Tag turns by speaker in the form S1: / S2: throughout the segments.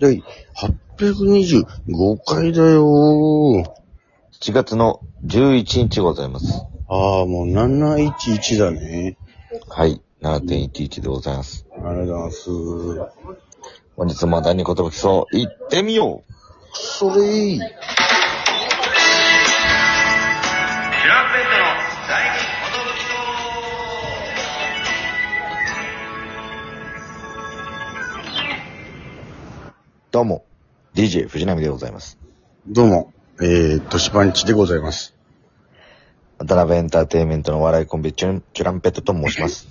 S1: 第825回だよ
S2: 7月の11日ございます。
S1: ああ、もう711だね。
S2: はい。7.11でございます。
S1: ありがとうございま
S2: 本日も第二言武器そう、行ってみよう
S1: す。それい
S3: キュアスペットの第二ほどき
S2: どうも、DJ 藤波でございます。
S1: どうも、えー、としパンチでございます。
S2: 渡辺エンターテインメントの笑いコンビ、チュン、チュランペットと申します。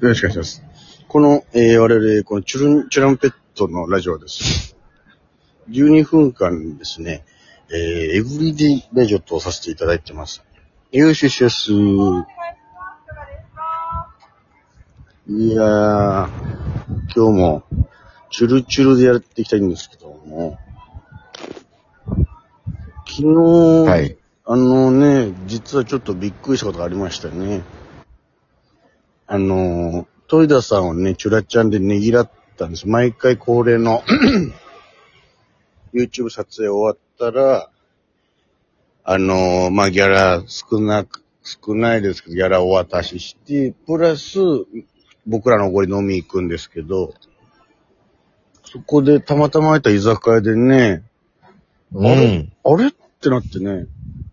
S1: よろしくお願いします。この、えー、我々、このチュルン、チュランペットのラジオはです。12分間ですね、えー、エブリデイラジオとさせていただいてます。よしよしよし。いやー、今日も、チュルチュルでやっていきたいんですけども、昨日、
S2: はい。
S1: あのね、実はちょっとびっくりしたことがありましたね。あの、トイダさんをね、チュラちゃんでねぎらったんです。毎回恒例の、YouTube 撮影終わったら、あの、まあ、ギャラ少なく、少ないですけど、ギャラお渡しして、プラス、僕らのおごり飲み行くんですけど、そこでたまたま入った居酒屋でね、
S2: う
S1: あれ
S2: ん。
S1: あれってなってね、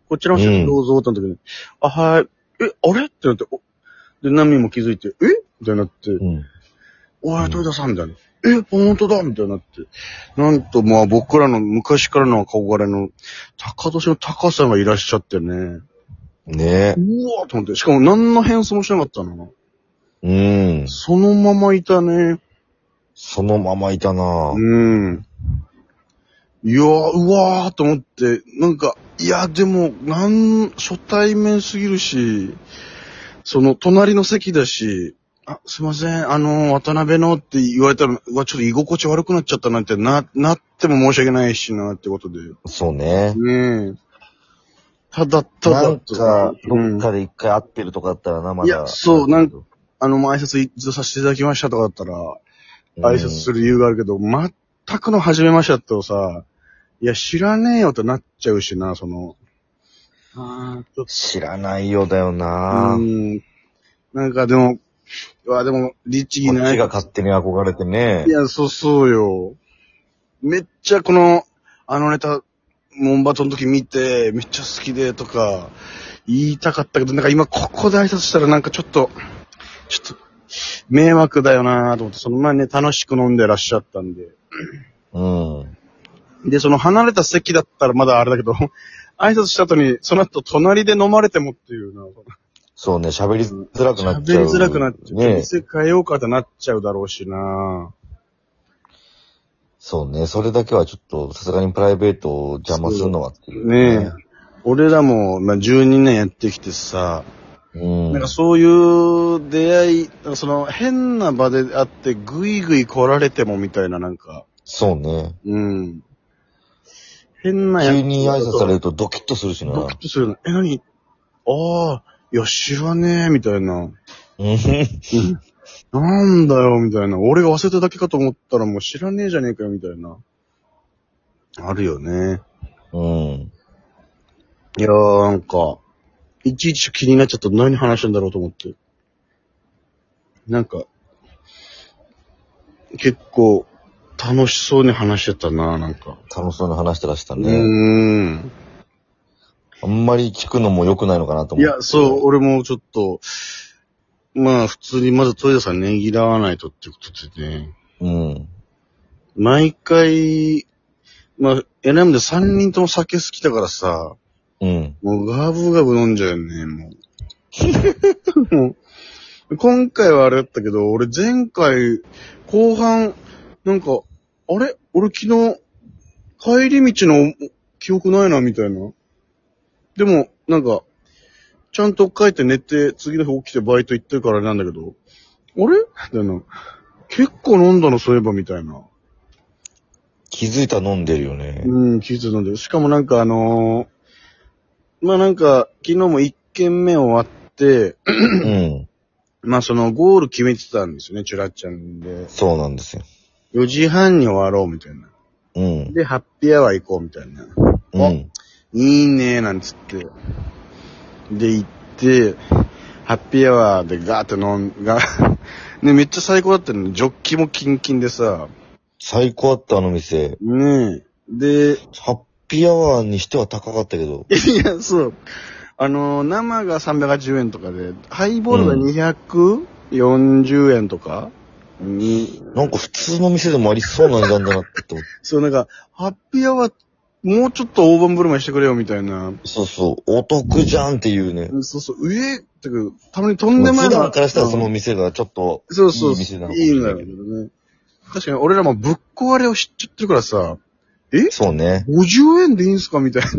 S1: こっちの人にどうぞってなった時に、あ、はい、え、あれってなって、おで、ナミも気づいて、えみたいになって、
S2: うん。
S1: おい、トイダさんみたいな。え、本当だみたいになって。なんと、まあ僕らの昔からの憧れの、高年の高さんがいらっしゃってね。
S2: ね
S1: うわーと思って、しかも何の変装もしなかったの。
S2: え。うん。
S1: そのままいたね。
S2: そのままいたなぁ。
S1: うん。いやー、うわーと思って、なんか、いや、でも、なん、初対面すぎるし、その、隣の席だし、あ、すいません、あのー、渡辺のって言われたら、うわ、ちょっと居心地悪くなっちゃったなんてな、なっても申し訳ないしな、ってことで。
S2: そうね。
S1: ねえ。ただただ
S2: なんか、
S1: う
S2: どっ
S1: ん
S2: かで一回会ってるとかだったらな、まだ。
S1: いやそうなんかあの、まあ、挨拶ずっとさせていただきましたとかだったら、挨拶す
S2: る。
S1: る理由があるけど、全くの初めましてだとさ、いや、知らねえよとなっちゃうしな、その。ああ、ちょっ
S2: 知らないようだよ
S1: と。
S2: な
S1: う
S2: ぁ。
S1: ん。なんかでも、うわ、でも、律儀
S2: こ
S1: ない。
S2: っちが勝手に憧れてね
S1: い。や、そうそうよ。めっちゃこの、あのネタ、モンバトの時見て、めっちゃ好きで、とか、言いたかったけど、なんか今ここで挨拶したらなんかちょっと、ちょっと、迷惑だよなと思って、その前ね、楽しく飲んでらっしゃったんで。
S2: うん。
S1: で、その離れた席だったらまだあれだけど、 挨拶した後に、その後隣で飲まれてもっていうな。
S2: そうね、喋りづらくなっちゃ
S1: 喋
S2: う。
S1: りづらくなっちゃう。
S2: ね
S1: 店変えようかってなっちゃうだろうしな。
S2: そうね、それだけはちょっと、さすがにプライベートを邪魔するのはっていう。
S1: ねえ。俺らも、まあ、12年やってきてさ、
S2: うん。
S1: なんかそういう出会い、なんかその変な場であって、ぐいぐい来られてもみたいな、なんか、
S2: そうね。
S1: うん。変な
S2: 急に
S1: だ
S2: 挨
S1: と
S2: 拶されるとドキッとするしな。
S1: ドキッとするの。え、何ああ、いや、知らねえ、みたいな。
S2: うん
S1: なんだよ、みたいな。俺が忘れただけかと思ったらもう知らねえじゃねえかよ、みたいな。あるよね。
S2: うん。
S1: いやー、なんか、いちいち気になっちゃった何話したんだろうと思って。なんか、結構、楽しそうに話してたな、なんか。
S2: 楽しそうに話してらした
S1: う
S2: ね。
S1: ーん。
S2: あんまり聞くのも良くないのかなと
S1: い
S2: 思って。
S1: や、そう、。俺もちょっと、まあ、普通にまずトイレさんねぎらわないとってことでね。
S2: うん。
S1: 毎回、まあ、エナムで3人とも酒好きだからさ、
S2: うん。
S1: もうガブガブ飲んじゃうよね、もう。もう今回はあれだったけど、俺前回、後半、なんか、あれ俺昨日、帰り道の記憶ないな、みたいな。でも、なんか、ちゃんと帰って寝て、次の日起きてバイト行ってるからあれなんだけど、あれみたいな。結構飲んだの、そういえば、みたいな。
S2: 気づいたら飲んでるよね。
S1: うん、気づいたんだよ。しかもなんかあのーまあなんか、昨日も1軒目終わって、
S2: うん。
S1: まあそのゴール決めてたんですよね、チュラちゃんで。
S2: そうなんですよ。
S1: 4時半に終わろうみたいな。
S2: うん。
S1: で、ハッピーアワー行こうみたいな。
S2: う
S1: お
S2: ん。
S1: いいねーなんつって。で、行って、ハッピーアワーでガーって飲ん、が、ね、めっちゃ最高だったの、ジョッキもキンキンでさ、
S2: 最高だった、あの店。
S1: ねえ。で、
S2: ハッピーアワーにしては高かったけど。
S1: いや、そう。あの、生が380円とかで、ハイボールが240円とかに、
S2: なんか普通の店でもありそうな値段だなって思って。
S1: そう、なんか、ハッピーアワー、もうちょっと大盤振る舞いしてくれよ、みたいな。
S2: そうそう。お得じゃんっていうね。
S1: そうそう、上、ってか、たまにとんでもない
S2: 普
S1: の
S2: 段からしたらその店がちょっと、
S1: そうそう。
S2: いい店なのかも
S1: い
S2: し
S1: い
S2: れ
S1: ん
S2: な
S1: だ
S2: い
S1: ろう
S2: け
S1: け
S2: ど。
S1: どね。確かに俺らもぶっ壊れを知っちゃってるからさ、
S2: そうね。
S1: 50円でいいんすかみたいな。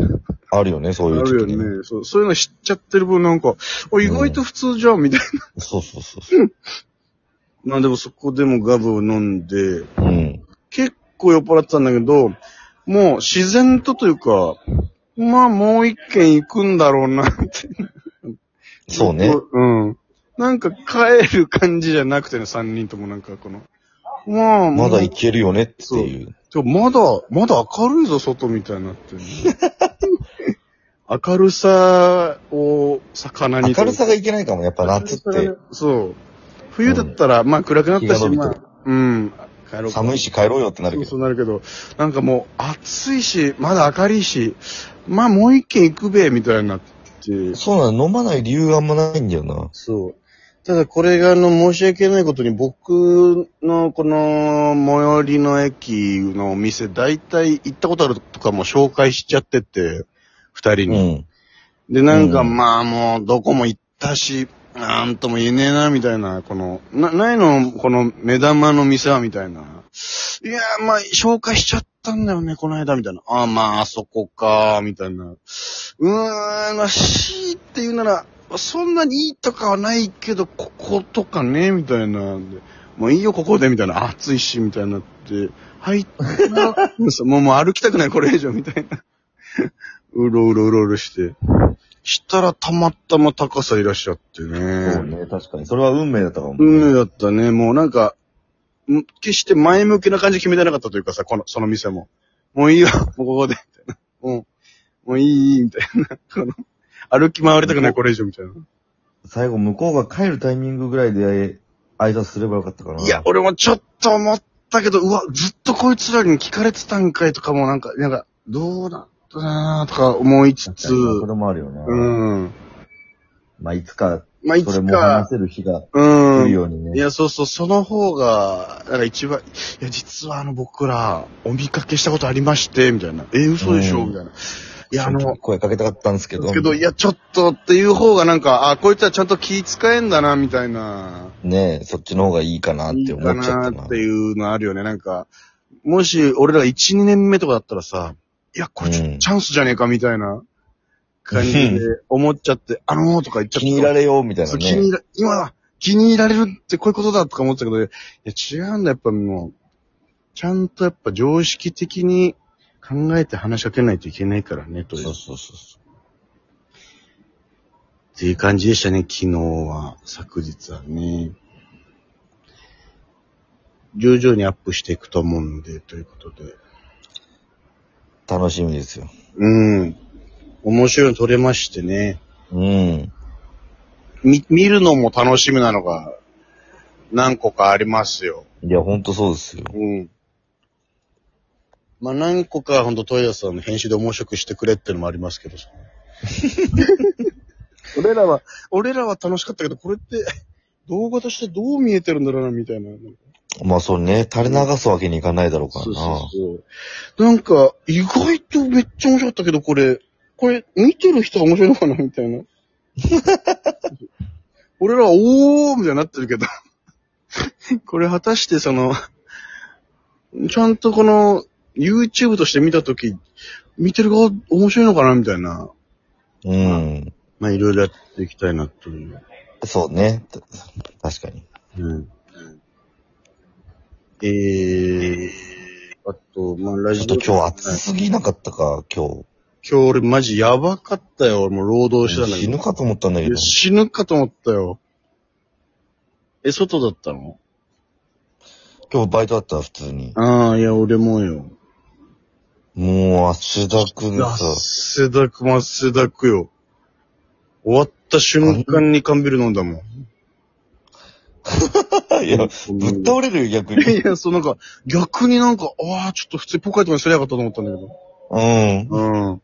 S2: あるよね、そう
S1: あ
S2: いう
S1: るよ
S2: 時
S1: ね。そうそういうの知っちゃってる分なんか、あ意外と普通じゃん、みたい
S2: そうそうそうそう。
S1: な。まあでもそこでもガブを飲んで、
S2: うん。
S1: 結構酔っ払ってたんだけど、もう自然とというか、まあもう一軒行くんだろうな、って。
S2: そうね。
S1: うん。なんか帰る感じじゃなくてね、三人ともなんかこの。まあ、
S2: ま
S1: もう
S2: だいけるよねっていう。
S1: でもまだ、まだ明るいぞ、外みたいになって る、明るさを魚に。
S2: 明るさがいけないかも、やっぱ夏っ
S1: 明るさ
S2: て
S1: が。ね。そう。冬だったら、まあ暗くなった
S2: 日が
S1: し、
S2: 伸びて
S1: まあ、うん。帰ろうか
S2: 寒いし帰ろうよってなる
S1: そう
S2: け
S1: そ
S2: ど。
S1: うなるけど、なんかもう暑いし、まだ明るいし、まあもう一軒行くべ、みたいになって。
S2: そうなの、飲まない理由があんまないんだよな。
S1: そう。ただこれがあの、申し訳ないことに僕のこの最寄りの駅のお店、大体行ったことあるとかも紹介しちゃってて、二人
S2: う
S1: に。
S2: ん。
S1: で、なんか
S2: うん
S1: まあもうどこも行ったし、なんとも言えねえな、みたいな、この、な、ないの、この目玉の店は、みたいな。いやー、まあ、紹介しちゃったんだよね、この間、みたいな。あーまあ、あそこか、みたいな。うーん、まあ、C って言うなら、そんなにいいとかはないけど、こことかね、みたいな。でもういいよ、ここで、みたいな。暑いし、みたいになって。はい、そうもう、もう歩きたくない、これ以上、みたいな。 うろうろうろうろして。したら、たまたま高さいらっしゃって
S2: そうね、確かに。それは運命だったかも。
S1: 運命だったね。もうなんか、ん決して前向きな感じ決めてなかったというかさ、この、その店も。もういいわ、 もうここで、みたいな。もう、もういい、いいみたいな。この、歩き回りたくない、これ以上、みたいな。
S2: 最後、向こうが帰るタイミングぐらいで挨拶すればよかったかな。
S1: いや、、俺もちょっと思ったけど、うわ、ずっとこいつらに聞かれてたんかいとかも、なんか、なんか、どうだったなとか思いつ
S2: 確
S1: つ、
S2: かにそれ
S1: う
S2: もあるよな。
S1: ん。
S2: まあ、いつか、
S1: まあ、い
S2: それ
S1: つ
S2: も話
S1: か、
S2: せる日が
S1: う
S2: 来る
S1: ん。
S2: ように
S1: い
S2: ね。
S1: や、そうそう、その方が、なんか一番、いや、実はあの僕ら、お見かけしたことありまして、みたいな。えー、嘘でしょ、
S2: うん
S1: みたいな。いや、あ
S2: その
S1: の
S2: 時、声かけたかったんですけど。
S1: けど、いや、ちょっとっていう方がなんか、あ、こいつはちゃんと気使えんだな、みたいな。
S2: ねえ、そっちの方がいいかなっ
S1: いい
S2: て思
S1: か
S2: っちゃっ
S1: な
S2: たな。
S1: っていうのあるよね。なんか、もし、俺らが1、2年目とかだったらさ、いや、これちょっ
S2: う
S1: と
S2: ん
S1: チャンスじゃねえか、みたいな感じで思っちゃ って、あのーとか言っちゃっ
S2: 気
S1: た。
S2: に入られようみたいな
S1: そう気に
S2: ね。
S1: 入ら、今だ気に入られるってこういうことだとか思ってたけど、いや違うんだ、やっぱもう、ちゃんとやっぱ常識的に考えて話しかけないといけないからね、という。
S2: そう
S1: っ
S2: そうそうそ
S1: ていう感じでしたね、昨日は、昨日はね。徐々にアップしていくと思うんで、ということで。
S2: う。楽しみですよ。
S1: うん。面白いの撮れましてね。
S2: うん。
S1: み、見るのも楽しみなのが、何個かありますよ。
S2: いや、ほんとそうですよ。
S1: うん。まあ、何個かほんとトイレさんの編集で面白くしてくれってのもありますけど、その俺らは、俺らは楽しかったけど、これって動画としてどう見えてるんだろうな、みたいな。
S2: まあ、そうね、垂れ流すわけにいかないだろうから
S1: そう
S2: な
S1: そう。そう。なんか、意外とめっちゃ面白かったけど、これ、これ、見てる人が面白いのかな、みたい な。俺らは、おーみたいになってるけど、これ果たしてその、ちゃんとこの、YouTube として見たとき、見てる側面白いのかな、みたいな。
S2: うん。
S1: まあ、いろいろやっていきたいな、という。
S2: そうね。た確かに。
S1: うん。えー、あと、まあ、ラ
S2: ちょ
S1: ジ
S2: っ
S1: オ。
S2: と今日暑すぎなかったか、今
S1: 今日俺マジやばかったよ。俺もう労働してたん
S2: 日。
S1: だけど。
S2: 死ぬかと思ったんだけ
S1: い
S2: ど
S1: や。死ぬかと思ったよ。え、外だったの
S2: 今日バイトだった、普通に。
S1: ああ、いや、俺もよ。
S2: もう汗だくでさ、
S1: 汗だく、汗だくよ。終わった瞬間に缶ビール飲んだもん。
S2: いや、ぶっ倒れるよ、逆に。
S1: いや、そうなんか、逆になんか、ああ、ちょっと普通にポカリとかにすりゃよかったと思ったんだけど。
S2: うん。
S1: うん。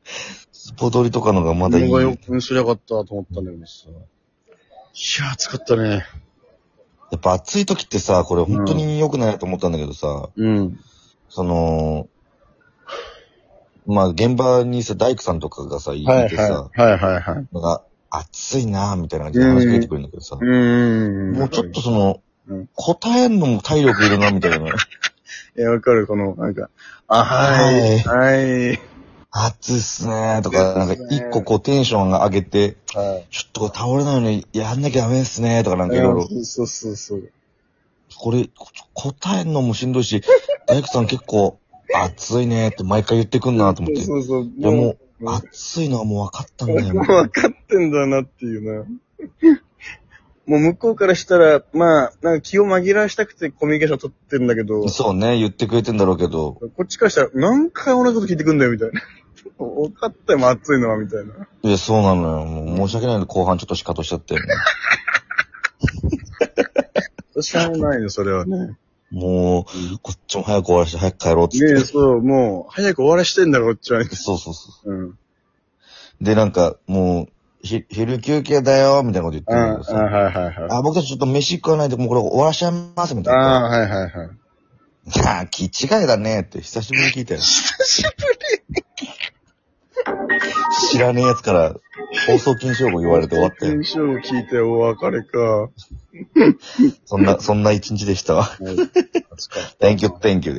S2: スポドリとかのがまだ
S1: 俺
S2: いい。
S1: が
S2: や
S1: よくにすりゃよかったと思ったんだけどさ。いや、暑かったね。
S2: っぱ暑い時ってさ、これ本当に良くないなと思ったんだけどさ、
S1: うん。
S2: その、まあ、現場にさ、大工さんとかがさ、いてさ、
S1: はいはい。はいはいはい。
S2: なんか、暑いなぁ、みたいな感じで話しかけてくるんだけどさ、
S1: うん。
S2: もうちょっとその、
S1: うん
S2: 答えんのも体力いるな、みたいな。
S1: いや、わかる、この、なんか、あ、はい、はい。
S2: 暑いっすねーとか、なんか一個こうテンションが上げて、
S1: はい。
S2: ちょっとこう倒れないようにやんなきゃダメっすねーとかなんかいろいろ、
S1: そうそうそう。
S2: これ、こ答えんのもしんどいし、大工さん結構暑いねーって毎回言ってくんなと思って、い
S1: そうそう。
S2: やもう
S1: も
S2: 暑いのはもう分かったんだよ。
S1: う
S2: みたいな
S1: 分かってんだなっていうな。もう向こうからしたら、まあ、なんか気を紛らわしたくてコミュニケーション取ってんだけど、
S2: そうね、言ってくれてんだろうけど、
S1: こっちからしたら、何回同じこと聞いてくんだよ、みたいな。分かったよ、もう暑いのは、みたいな。
S2: いや、そうなのよ。もう申し訳ないので後半ちょっと仕方しちゃったよね。
S1: しゃあないね、それは ね。
S2: もう、こっちも早く終わらして早く帰ろうっつっ
S1: ねえ、
S2: て。
S1: そう、もう、早く終わらしてんだろ、こっちは。
S2: そうそうそ
S1: うん。
S2: う。で、なんか、もう、ひ、昼休憩だよ、みたいなこと言って
S1: あ
S2: る
S1: あ、
S2: んだけどさ。
S1: はいはいはい。
S2: あ、僕たちちょっと飯食わないで、もうこれ終わらしちゃいます、みたい
S1: ああ
S2: な。、
S1: はいはいはい。
S2: いやー、気違いだねって、久しぶりに聞いたよ。知らねえやつから、放送禁止用語言われて終わったよ。
S1: 印象を聞いてお別れか。
S2: そんな、そんな一日でしたわ。
S1: はい。
S2: Thank you, thank you.